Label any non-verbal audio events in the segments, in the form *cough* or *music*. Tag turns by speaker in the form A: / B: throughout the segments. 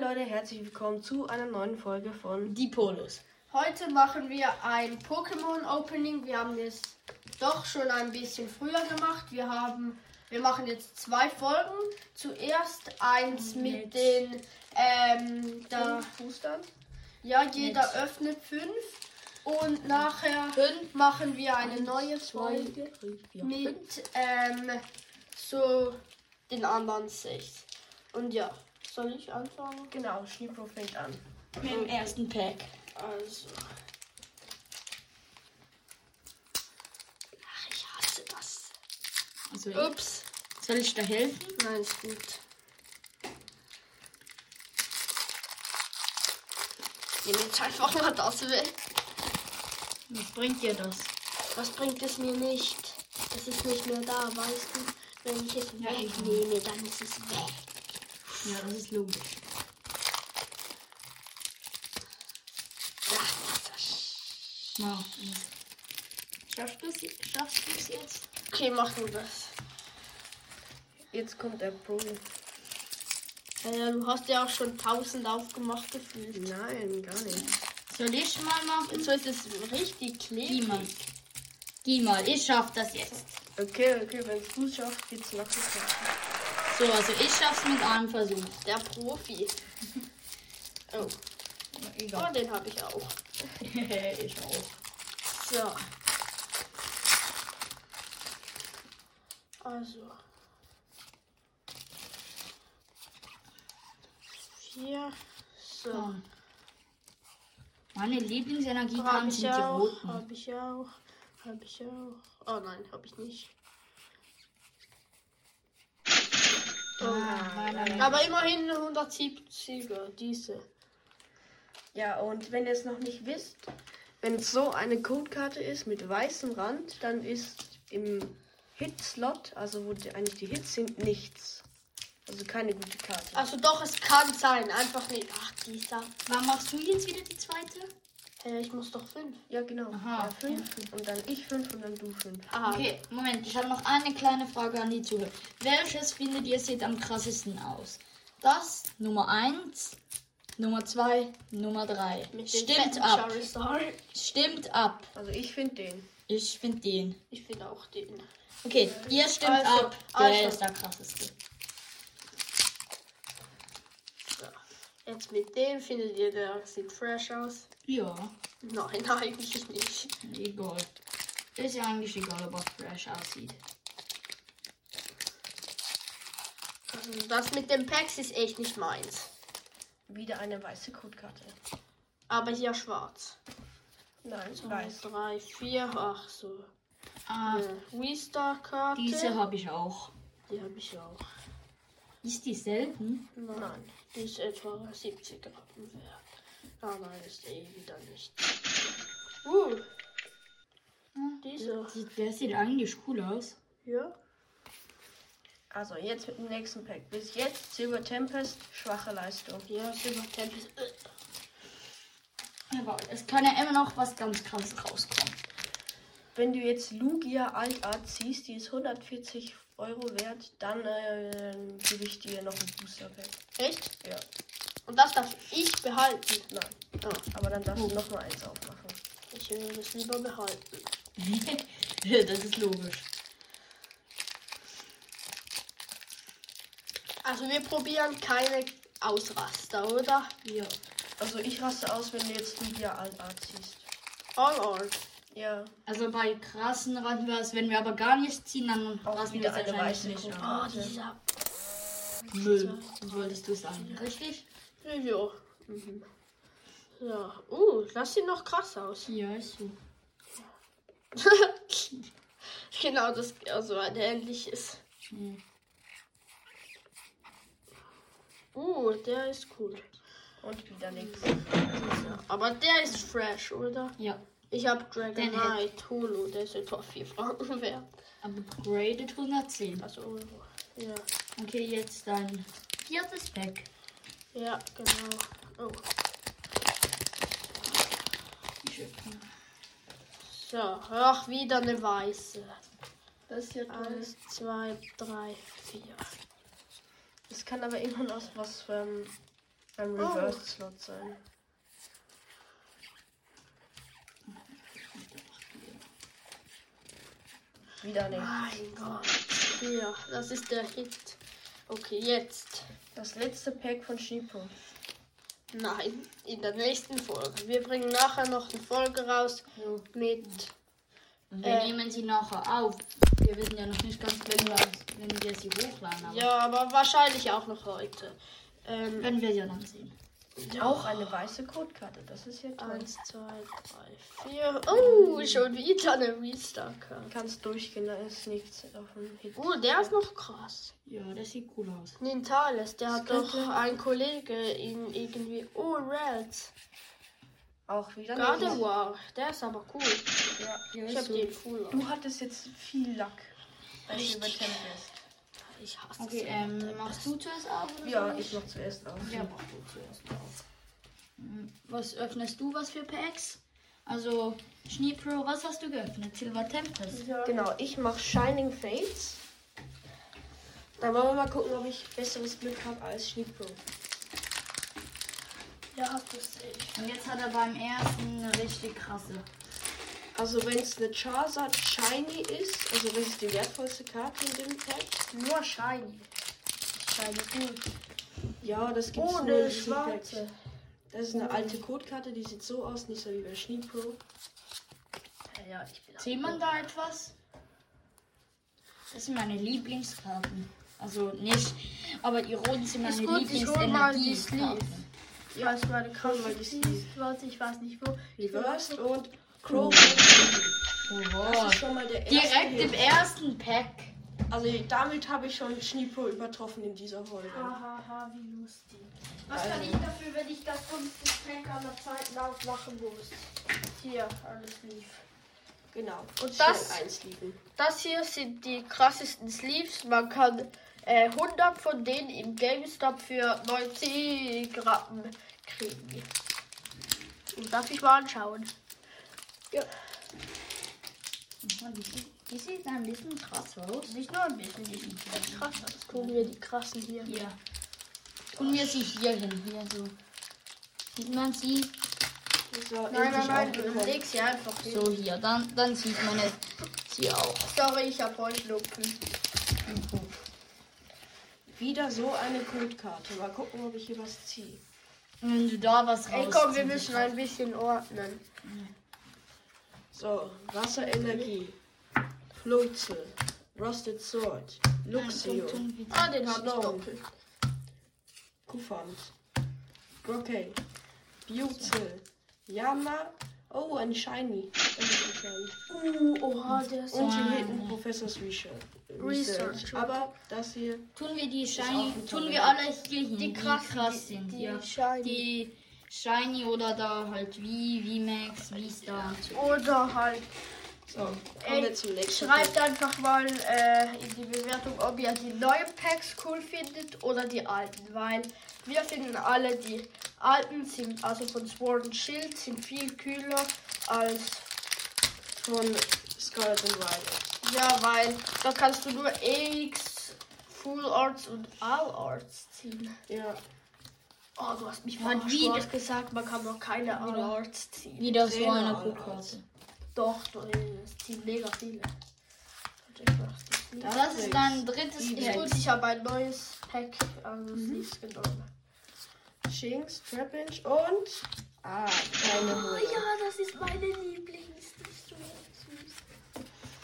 A: Leute, herzlich willkommen zu einer neuen Folge von
B: Die Polos.
C: Heute machen wir ein Pokémon-Opening. Wir haben es doch schon ein bisschen früher gemacht. Wir haben, wir machen jetzt zwei Folgen. Zuerst eins mit,
B: Mit-
C: den, ähm, da,
A: Boostern.
C: ja, jeder öffnet fünf. Und nachher machen wir eine neue Folge mit, ähm, so den anderen sechs. Und ja, soll ich anfangen?
A: Genau, Schneepro fängt an.
B: Mit dem ersten Pack.
C: Also,
B: Ach, ich hasse das.
C: ups.
B: Also, soll ich da helfen?
C: Nein, ist gut. Nehmen jetzt einfach mal das weg.
B: Was bringt dir das?
C: Was bringt es mir nicht? Es ist nicht mehr da, weißt du? Wenn ich es
B: Ja, ich
C: wegnehme, dann ist es weg.
B: Ja, das ist logisch. Na, schaffst du es schaffst du's jetzt?
C: Okay, machen wir das.
A: Jetzt kommt der Pro.
C: Äh, du hast ja auch schon tausend aufgemacht gefühlt.
A: Nein, gar nicht.
B: Soll ich mal machen?
C: So ist es richtig
B: Geh mal.
C: klebrig.
B: Geh mal, ich schaff das jetzt.
A: Okay, okay, wenn es gut schafft, geht's nach vorne.
B: So, also ich schaff's mit einem Versuch.
C: Der *laughs* Profi. Oh,
B: Egal.
C: *laughs* oh den habe ich auch.
B: ich auch.
C: So. Also. Vier. So.
B: Komm. Meine
C: Hab
B: Lieblingsenergiekarten
C: ich
B: sind die
C: auch.
B: roten.
C: Hab ich auch. Hab ich auch. Oh nein, hab ich nicht.
B: Ah, nein, nein,
C: Aber immerhin eine 170er, diese.
A: Ja, und wenn ihr es noch nicht wisst, wenn es so eine Codekarte ist mit weißem Rand, dann ist im Hit-Slot, also wo die, eigentlich die Hits sind, nichts. Also keine gute Karte.
C: Also doch, es kann sein. Einfach nicht. Ach, dieser.
B: Wann machst du jetzt wieder die zweite?
C: Hä, ich muss doch fünf.
A: Ja, genau.
B: Aha.
A: Ja, fünf und dann ich fünf und dann du fünf.
C: Ah,
B: Okay, Moment, ich habe noch eine kleine Frage an die Zuhörer. Welches findet ihr sieht am krassesten aus? Das Nummer 1, Nummer 2, Nummer 3.
C: mit dem
B: Stimmt
C: fetten
B: ab.
C: Charizard.
B: Stimmt ab.
A: Also ich finde den.
B: Ich finde den.
C: Ich finde auch den.
B: Okay, ihr stimmt
C: Also,
B: ab. Der
C: also.
B: ist der krasseste.
C: So. Jetzt mit dem findet ihr, der sieht fresh aus.
B: Ja,
C: Nein, *laughs* eigentlich nicht.
B: egal. Ist ja eigentlich egal, ob er fresh aussieht.
C: Also das mit den Packs ist echt nicht meins.
A: Wieder eine weiße Codekarte.
C: Aber hier schwarz.
A: Nein,
C: Zwei,
A: weiß.
C: drei, vier, ach so. Äh,
B: Ah,
C: Eine Restar-Karte.
B: diese habe ich auch.
C: Die habe ich auch.
B: Ist die selten?
C: Nein.
A: Nein.
C: Die ist etwa 70 Grad wert. Ah nein, ist eh wieder nicht. Uh, diese.
B: Die- Der sieht eigentlich cool aus.
C: Ja.
A: Also jetzt mit dem nächsten Pack. Bis jetzt Silver Tempest, schwache Leistung.
C: Ja, Silver Tempest. Äh,
B: Aber es kann ja immer noch was ganz krasses rauskommen.
A: Wenn du jetzt Lugia Altart ziehst, die ist 140 Euro wert, dann äh, gebe ich dir noch ein Booster Pack.
C: Echt?
A: Ja,
C: Und das darf ich behalten.
A: nein.
C: Ah,
A: Aber dann darfst du noch mal eins aufmachen.
C: ich will das lieber behalten.
B: *laughs* das ist logisch.
C: Also wir probieren keine Ausraster, oder?
B: Ja.
A: Also ich raste aus, wenn du jetzt Lugia Altart ziehst.
C: All all.
A: Ja,
B: Also bei krassen raten wir es, wenn wir aber gar nichts ziehen, dann
A: Auch
B: rasten wir
A: wieder
B: es
A: eine
B: wahrscheinlich
A: weiße
B: nicht.
A: Gruppe.
B: an.
C: Oh, dieser.
B: Müll, wolltest Ah, du sagen. Richtig?
C: Ja. Mhm. Ja. Uh, das sieht noch krass aus. *laughs*
B: Ja, ist so.
C: genau, das also ein ähnliches.
B: Hm.
C: Uh, der ist cool.
A: und wieder nichts.
C: Dieser. Aber der ist fresh, oder?
B: Ja.
C: Ich habe
B: Den hätte-
C: Dragonite Holo, der ist etwa 4 Franken wert.
B: Upgraded 110.
C: Also Euro. Ja.
B: Okay, jetzt dein viertes Pack.
C: Ja, genau. Oh.
B: Ich öffne.
C: So, ach, wieder eine weiße.
A: Das ist ja toll.
C: Eins, zwei, drei, vier.
A: Es kann aber irgendwann aus was ähm, Beim
C: Oh.
A: Reverse-Slot sein. Wieder nicht.
C: Mein Gott. Ja, das ist der Hit. Okay, jetzt.
A: Das letzte Pack von Schneepo.
C: Nein, in der nächsten Folge. Wir bringen nachher noch eine Folge raus mit.
B: Und wir
C: Äh.
B: nehmen sie nachher auf. Wir wissen ja noch nicht ganz, wenn wir, wenn wir sie hochladen. Aber
C: Ja, aber wahrscheinlich auch noch heute. Ähm,
B: Können wir sie ja dann sehen.
A: Auch eine weiße Codekarte. Das ist ja toll.
C: eins, zwei, drei, vier. Oh, schon wieder eine Restarker.
A: Du kannst durchgehen, da ist nichts auf dem Hit.
C: Oh, der ist noch krass.
B: Ja, das sieht cool aus.
C: Nintales, der hat doch
A: könnte-
C: ein Kollege in irgendwie. Oh, Reds.
A: Auch wieder nicht.
C: Gardevoir. Der ist aber cool.
A: Ja, hier
C: Ich
A: ist
C: hab
A: so.
C: den cooler.
A: Du hattest jetzt viel Lack, als du über
C: Richtig.
A: Temp bist.
C: Ich hasse
B: Okay,
C: es.
B: ähm, machst du zuerst auf? Oder
A: Ja,
B: soll
A: ich mach zuerst auf.
B: Ja, mach du zuerst auf. Hm, Was öffnest du, was für Packs? Also, Schnee Pro, was hast du geöffnet? Silver Tempest.
C: Ja.
A: Genau, ich mach Shining Fates. Dann wollen wir mal gucken, ob ich besseres Glück habe als Schneepro.
C: Ja, das sehe ich.
B: Und jetzt hat er beim ersten eine richtig krasse.
A: Also wenn es eine Charizard Shiny ist, also das ist die wertvollste Karte in dem Pack.
C: Nur shiny. Shiny gut.
A: Ja, das gibt's nur in
C: Ohne
A: diesem Pack.
C: schwarze.
A: Das ist eine alte Codekarte, die sieht so aus, nicht so wie bei Schneepro.
C: Ja, ich bin
B: Sieht man da etwas? Das sind meine Lieblingskarten. Also nicht, aber die roten sind meine
C: Ist gut, ich hol mal die Sleeve.
B: Lieblingsenergiekarten.
C: Ja, es war eine
A: Komm, weil
C: Karte.
A: die-
C: Was, ich weiß nicht wo. Ich
A: Reversed
C: weiß-
A: und Crow. Das
B: Oho.
A: ist schon mal der erste
B: Direkt
A: Hit.
B: im ersten Pack.
A: Also damit habe ich schon Schneepro übertroffen in dieser Folge.
C: Ah. Hahaha, wie lustig. Was
A: Also.
C: kann ich dafür, wenn ich das fünfte Pack an der zweiten aufmachen muss? Hier, alles lief.
A: Genau. Und
C: das-
A: schnell eins liegen.
C: Das hier sind die krassesten Sleeves. Man kann äh, 100 von denen im GameStop für 90 Rappen kriegen. Und darf ich mal anschauen?
B: Die sieht ein bisschen krass aus.
C: Nicht nur ein bisschen, die sind echt krass. aus. gucken wir die krassen hier.
B: Hier. Tun wir sie hier hin. Hier so. Sieht man sie?
A: So,
C: Nein, nein,
A: endlich
C: nein,
A: aufgekommen.
C: leg sie einfach hin.
B: So hier. Dann, dann sieht man es. Sie auch.
C: Sorry, ich hab Heuschnupfen.
A: Wieder so eine Codekarte. Mal gucken, ob ich hier was ziehe.
B: Wenn du da was raus.
C: Ey, komm, wir müssen ein bisschen ordnen.
A: So, Wasserenergie. Plutzel. Rusted Sword. Luxio.
C: Ah, den hab ich
A: Snow.
C: doppelt.
A: Kufant. Brocade. Butzel. Yama. Oh, ein Shiny. Das ist ein Shiny.
C: Uh, oha, der ist...
A: Und
B: Ah,
A: hier hinten
B: ja.
A: Professors Research.
C: Research.
A: Aber das hier.
B: Tun wir die
A: auch
B: Shiny,
A: ein
B: tun
A: Problem.
B: wir alle hier hin, die
C: krassen,
B: krass
C: die-
B: sind.
C: die
B: ja.
C: shiny.
B: Die Shiny oder da halt wie, wie Max, wie Star.
C: Oder halt...
A: So, kommen
C: Ey,
A: wir zum nächsten.
C: Schreibt einfach mal äh, in die Bewertung, ob ihr die neuen Packs cool findet oder die alten, weil wir finden alle die alten sind, also von Sword and Shield, sind viel kühler als
A: von Scarlet and Violet.
C: ja, weil da kannst du nur EX, Full Arts und All Arts ziehen.
A: Ja,
C: Oh, du hast mich
B: Man
C: verarscht.
B: wieder-
C: Du hast gesagt, man kann noch keine All Arts ziehen.
B: Wieder so
A: Genau,
B: eine
A: also.
B: Kuhkarte.
C: Doch, du, es ziehen mega viele.
A: das,
B: Das ist dein drittes
C: Ist
B: Pack.
C: gut, ich habe ein neues Pack, also es ist genommen.
A: Shinx, Trapinch und. Ah, keine Hose.
C: das ist meine Lieblings. Die ist so süß.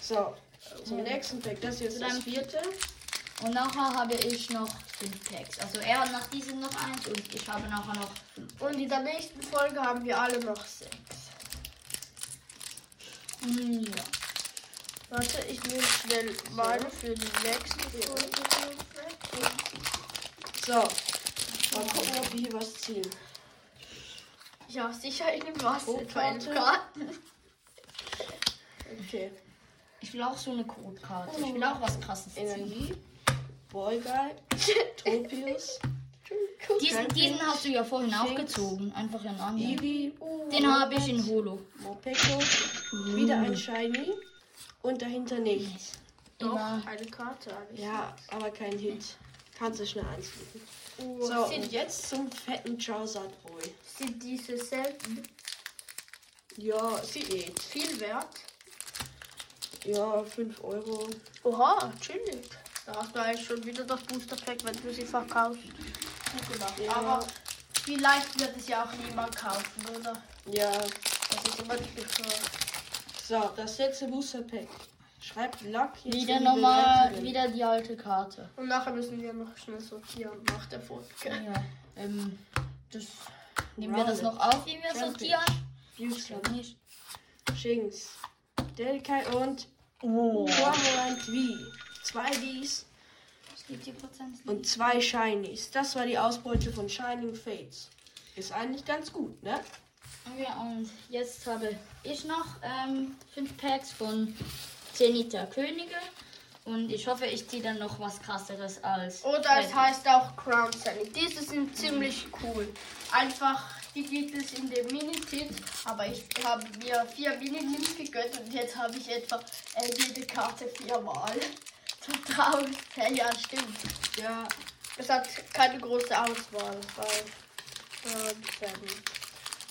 A: So, zum nächsten Pack. Das hier ist das
B: Dann-
A: vierte.
B: Und nachher habe ich noch fünf Packs. Also er hat nach diesem noch eins und ich habe nachher noch fünf.
C: Und in der nächsten Folge haben wir alle noch sechs.
B: Mm, ja.
C: Warte, ich nehme schnell meine für die nächste Folge.
A: So, mal gucken, ob wir hier was ziehen.
C: Ja, sicher, ich nehme was.
A: Oh,
C: mit meinen
A: Karte.
C: Karten.
A: Okay,
B: Ich will auch so eine Codekarte. Ich will auch was krasses ziehen.
A: Energie,
B: *laughs*
A: Ballguy, Tropius,
B: Diesen, diesen hast du ja vorhin auch
A: Shinx.
B: gezogen. Einfach einen anderen.
A: Eevee,
B: Den habe ich in Holo.
A: Mopeko, wieder ein Shiny und dahinter nichts.
C: Doch,
B: Immer.
C: eine Karte habe ich.
A: Ja, aber kein Hit. Kannst du schnell anziehen.
C: Uhr.
A: So,
C: Oh, Sind,
A: und jetzt zum fetten Charizard-Boy.
C: sind diese selten
A: Ja, eh sie geht.
C: viel wert?
A: Ja, 5 Euro.
C: Oha, chillig. Da hast du eigentlich schon wieder das Booster Pack, wenn du sie verkaufst. Gut gemacht.
A: Ja.
C: Aber vielleicht wird es ja auch niemand kaufen, oder?
A: Ja,
C: Das ist immer die Gefahr.
A: so, das letzte Booster-Pack. Schreibt Luck jetzt
B: Wieder
A: in die
B: nochmal,
A: Bewertungen.
B: wieder die alte Karte.
C: Und nachher müssen wir noch schnell sortieren nach der Folge.
B: Ja. Ähm, das, nehmen wir
A: Round
B: das
A: it.
B: noch auf, wie wir
A: Round it.
B: sortieren? Ich
A: Future,
B: glaube nicht.
A: Jinx, Delkai und
B: Oh.
A: Cormorant V. Zwei Vs
B: Was gibt die Prozent?
A: und zwei Shinies. Das war die Ausbeute von Shining Fates. Ist eigentlich ganz gut, ne?
B: Ja, und jetzt habe ich noch ähm, fünf Packs von Zenita Könige. Und ich hoffe, ich ziehe dann noch was krasseres als.
C: Oder es
B: Red.
C: heißt auch Crown Sailing. Diese sind ziemlich cool. Einfach, die gibt es in dem Minitit, aber ich habe mir vier Minitits gegönnt und jetzt habe ich etwa äh, jede Karte viermal. *laughs* So traurig. Ja, ja, stimmt.
A: Ja,
C: Es hat keine große Auswahl ähm, bei Crown Sailing.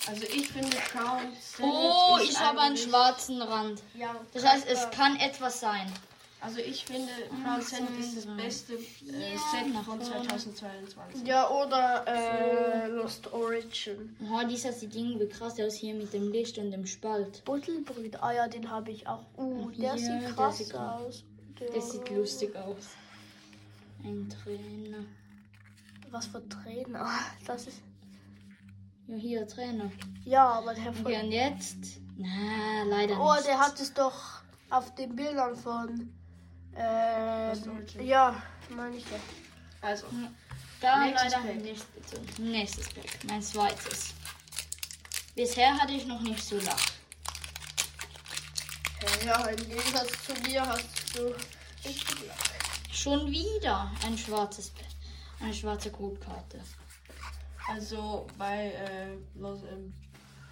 A: also ich finde Crown Zenith
B: Oh,
A: ist
B: ich habe einen
A: eigentlich-
B: schwarzen Rand.
C: Ja,
B: Das heißt, es
C: äh,
B: kann etwas sein.
A: Also ich finde
B: Ah,
A: Crown Zenith ist das beste äh, Set
B: nach
A: von
B: vorne.
A: 2022.
C: Ja, oder äh, Lost Origin.
B: Oh, dieser sieht irgendwie krass aus hier mit dem Licht und dem Spalt.
C: Buttelbrüt, ah ja, den habe ich auch. Uh,
B: Ja,
C: der
B: der
C: sieht krass
B: sieht-
C: aus.
B: Der sieht lustig aus. Ein Trainer.
C: Was für Trainer. *laughs* Das ist.
B: Ja, hier, Trainer.
C: Ja, aber der von.
B: Okay, und jetzt? Na, leider
C: Oh,
B: nicht.
C: der hat es doch auf den Bildern von.
A: Lost
C: Ähm,
A: Origin.
C: ja, meine ich ja.
A: Also,
B: Da
A: Nächstes
B: leider
A: Pack.
B: nicht bitte. Nächstes Pack, mein zweites. Bisher hatte ich noch nicht so lang.
C: Ja, im Gegensatz zu mir hast du. richtig Glück.
B: Schon wieder ein schwarzes Pack. Eine schwarze Codekarte.
A: also bei äh, Los, ähm,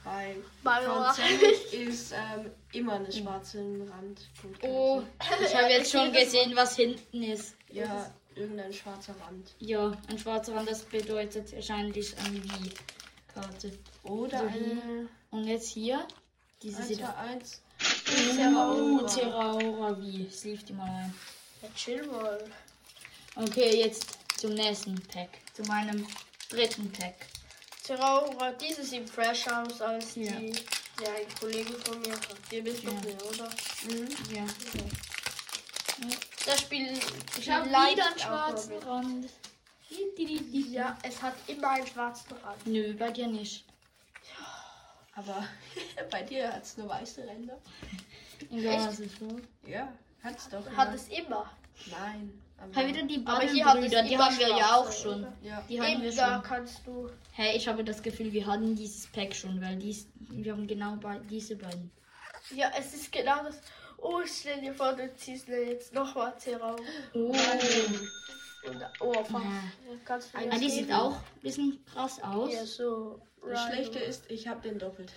A: bei
C: Bei
A: Crown
C: Rock.
A: Zenith ist ähm, immer eine schwarze Rand.
B: Oh, ich habe jetzt schon gesehen, was hinten ist.
A: Ja, irgendein schwarzer Rand.
B: Ja, ein schwarzer Rand, das bedeutet wahrscheinlich eine Wii-Karte.
A: Oder
B: So
A: eine
B: Und jetzt hier, diese sieht
A: 1
B: Oh,
A: aus.
B: Terraura Wii. Sleeve die mal ein.
C: Ja, chill mal.
B: Okay, jetzt zum nächsten Pack. Zu meinem dritten Pack.
C: Terraura, diese sieht fresh aus als
B: Ja.
C: die, die ein Kollege von mir hat. Ihr wisst doch
B: Ja.
C: mehr, oder?
A: Mhm.
B: Ja.
C: Das Spiel
B: Ich habe wieder einen schwarzen Rand.
C: Ja, es hat immer einen schwarzen Rand.
B: Nö, bei dir nicht.
A: Aber *laughs* bei dir hat es nur weiße Ränder.
B: Egal, was ich will.
A: Ja, hat's doch.
C: Hat
A: immer.
C: es immer.
A: Nein. aber-
B: Hab wieder die
C: Aber hier hat es
B: Buddelbrüder, die
C: immer
B: haben wir ja auch
C: schwarze,
B: schon.
C: oder?
A: Ja.
B: Die haben wir
C: Eben, da
B: schon.
C: kannst du.
B: Hey, ich habe das Gefühl, wir hatten dieses Pack schon, weil dies, wir haben genau bei, diese beiden.
C: Ja, es ist genau das. Oh, stell dir vor, du ziehst mir jetzt nochmal Zeraum.
B: Oh.
C: Und oh, fuck.
B: Ja.
C: Kannst du
A: Ah,
C: mir
B: Ah, die
C: das
B: sieht
C: geben?
B: auch ein bisschen krass aus.
C: Ja, so.
A: Das Schlechte ist, ich habe den doppelt.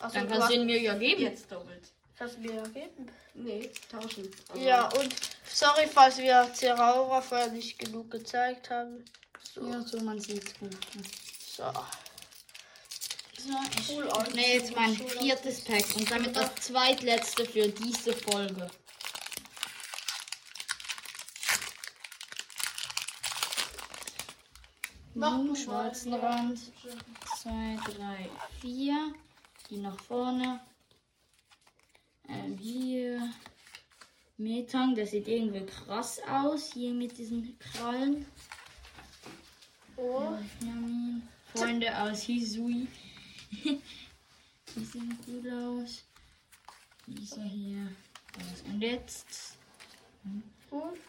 C: Also,
B: Dann
C: du
B: kannst du
C: hast-
B: ihn mir ja geben.
A: Jetzt doppelt.
C: kannst du mir ja geben.
A: Nee, tauschen. Aber
C: Ja, und sorry, falls wir Zeraura vorher nicht genug gezeigt haben. So.
B: Ja, so, man sieht's gut.
C: so.
B: So, ich
C: Cool aus.
B: Nee, jetzt mein viertes Pack und damit das zweitletzte für diese Folge.
C: Mach
B: Nun,
C: du mal,
B: schwarzen
C: ja.
B: Rand. 2, 3, 4. Die nach vorne. Ähm, hier. Metang, das sieht irgendwie krass aus. Hier mit diesen Krallen.
C: Oh.
B: Yummy. Freunde aus Hisui. Die sehen gut aus. Diese hier. Und jetzt
C: Und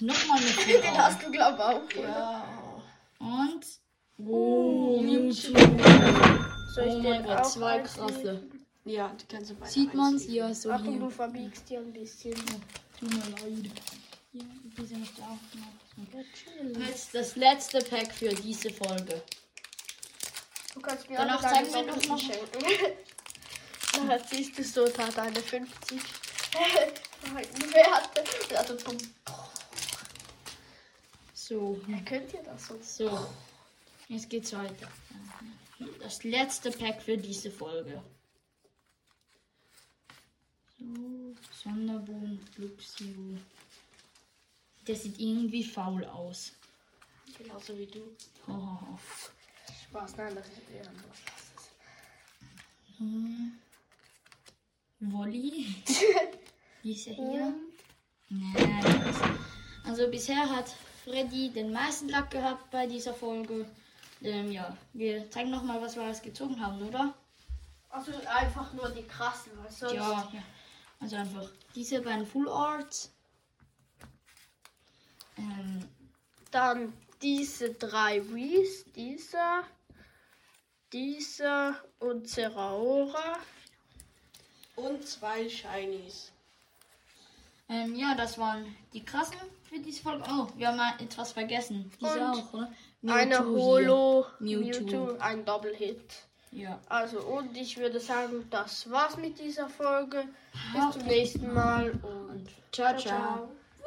B: nochmal eine Tür
C: *laughs* Den hast du, glaube ich, auch. Oder?
A: Ja.
B: Und. Oh, Mewtwo.
C: Soll
B: Oh mein
C: den
B: Gott,
C: auch
B: zwei
C: einziehen?
B: krasse.
A: ja, die kannst du beide
B: Sieht man's?
A: einziehen.
B: Ja, so
C: Ach, und du
B: hier.
C: verbiegst dir ein bisschen.
B: Tut mir leid. Ja, diese möchte ich auch noch. Jetzt das letzte Pack für diese Folge.
C: Du kannst mir
B: Danach
C: alle
B: zeigen
C: deine
B: wir
C: Socken
B: noch-
C: schenken. *laughs* Nachher siehst du so, da hat eine *laughs* 50. Werte. Also, pum.
B: So, So,
A: Ja, könnt ihr das sonst?
B: so. Jetzt geht's weiter. Das letzte Pack für diese Folge. So, Sonderboom, Blubsiu. Der sieht irgendwie faul aus.
C: Genauso wie du.
B: Hahaha.
C: Spaß, nein, das ist eher anders.
B: Hm. Wolli. Wie ist er hier? Nice. Also bisher hat Freddy den meisten Lack gehabt bei dieser Folge. Ähm, ja, wir zeigen nochmal, was wir alles gezogen haben, oder?
C: Also einfach nur die krassen, weil sonst.
B: Ja, ja. Also einfach diese beiden Full Arts. Ähm,
C: Dann diese drei Wies, dieser, dieser und Zeraora.
A: Und zwei Shinies.
B: ähm, ja, das waren die krassen für diese Folge. Oh, wir haben mal etwas vergessen. Diese
C: Und
B: auch, oder?
C: Eine
B: Mewtwo
C: Holo,
B: hier.
C: Mewtwo.
B: Mewtwo.
C: ein Double-Hit.
B: hier. Ja.
C: Also, und ich würde sagen, das war's mit dieser Folge. Bis
B: Haut
C: zum nächsten Mal und
B: ciao. ciao.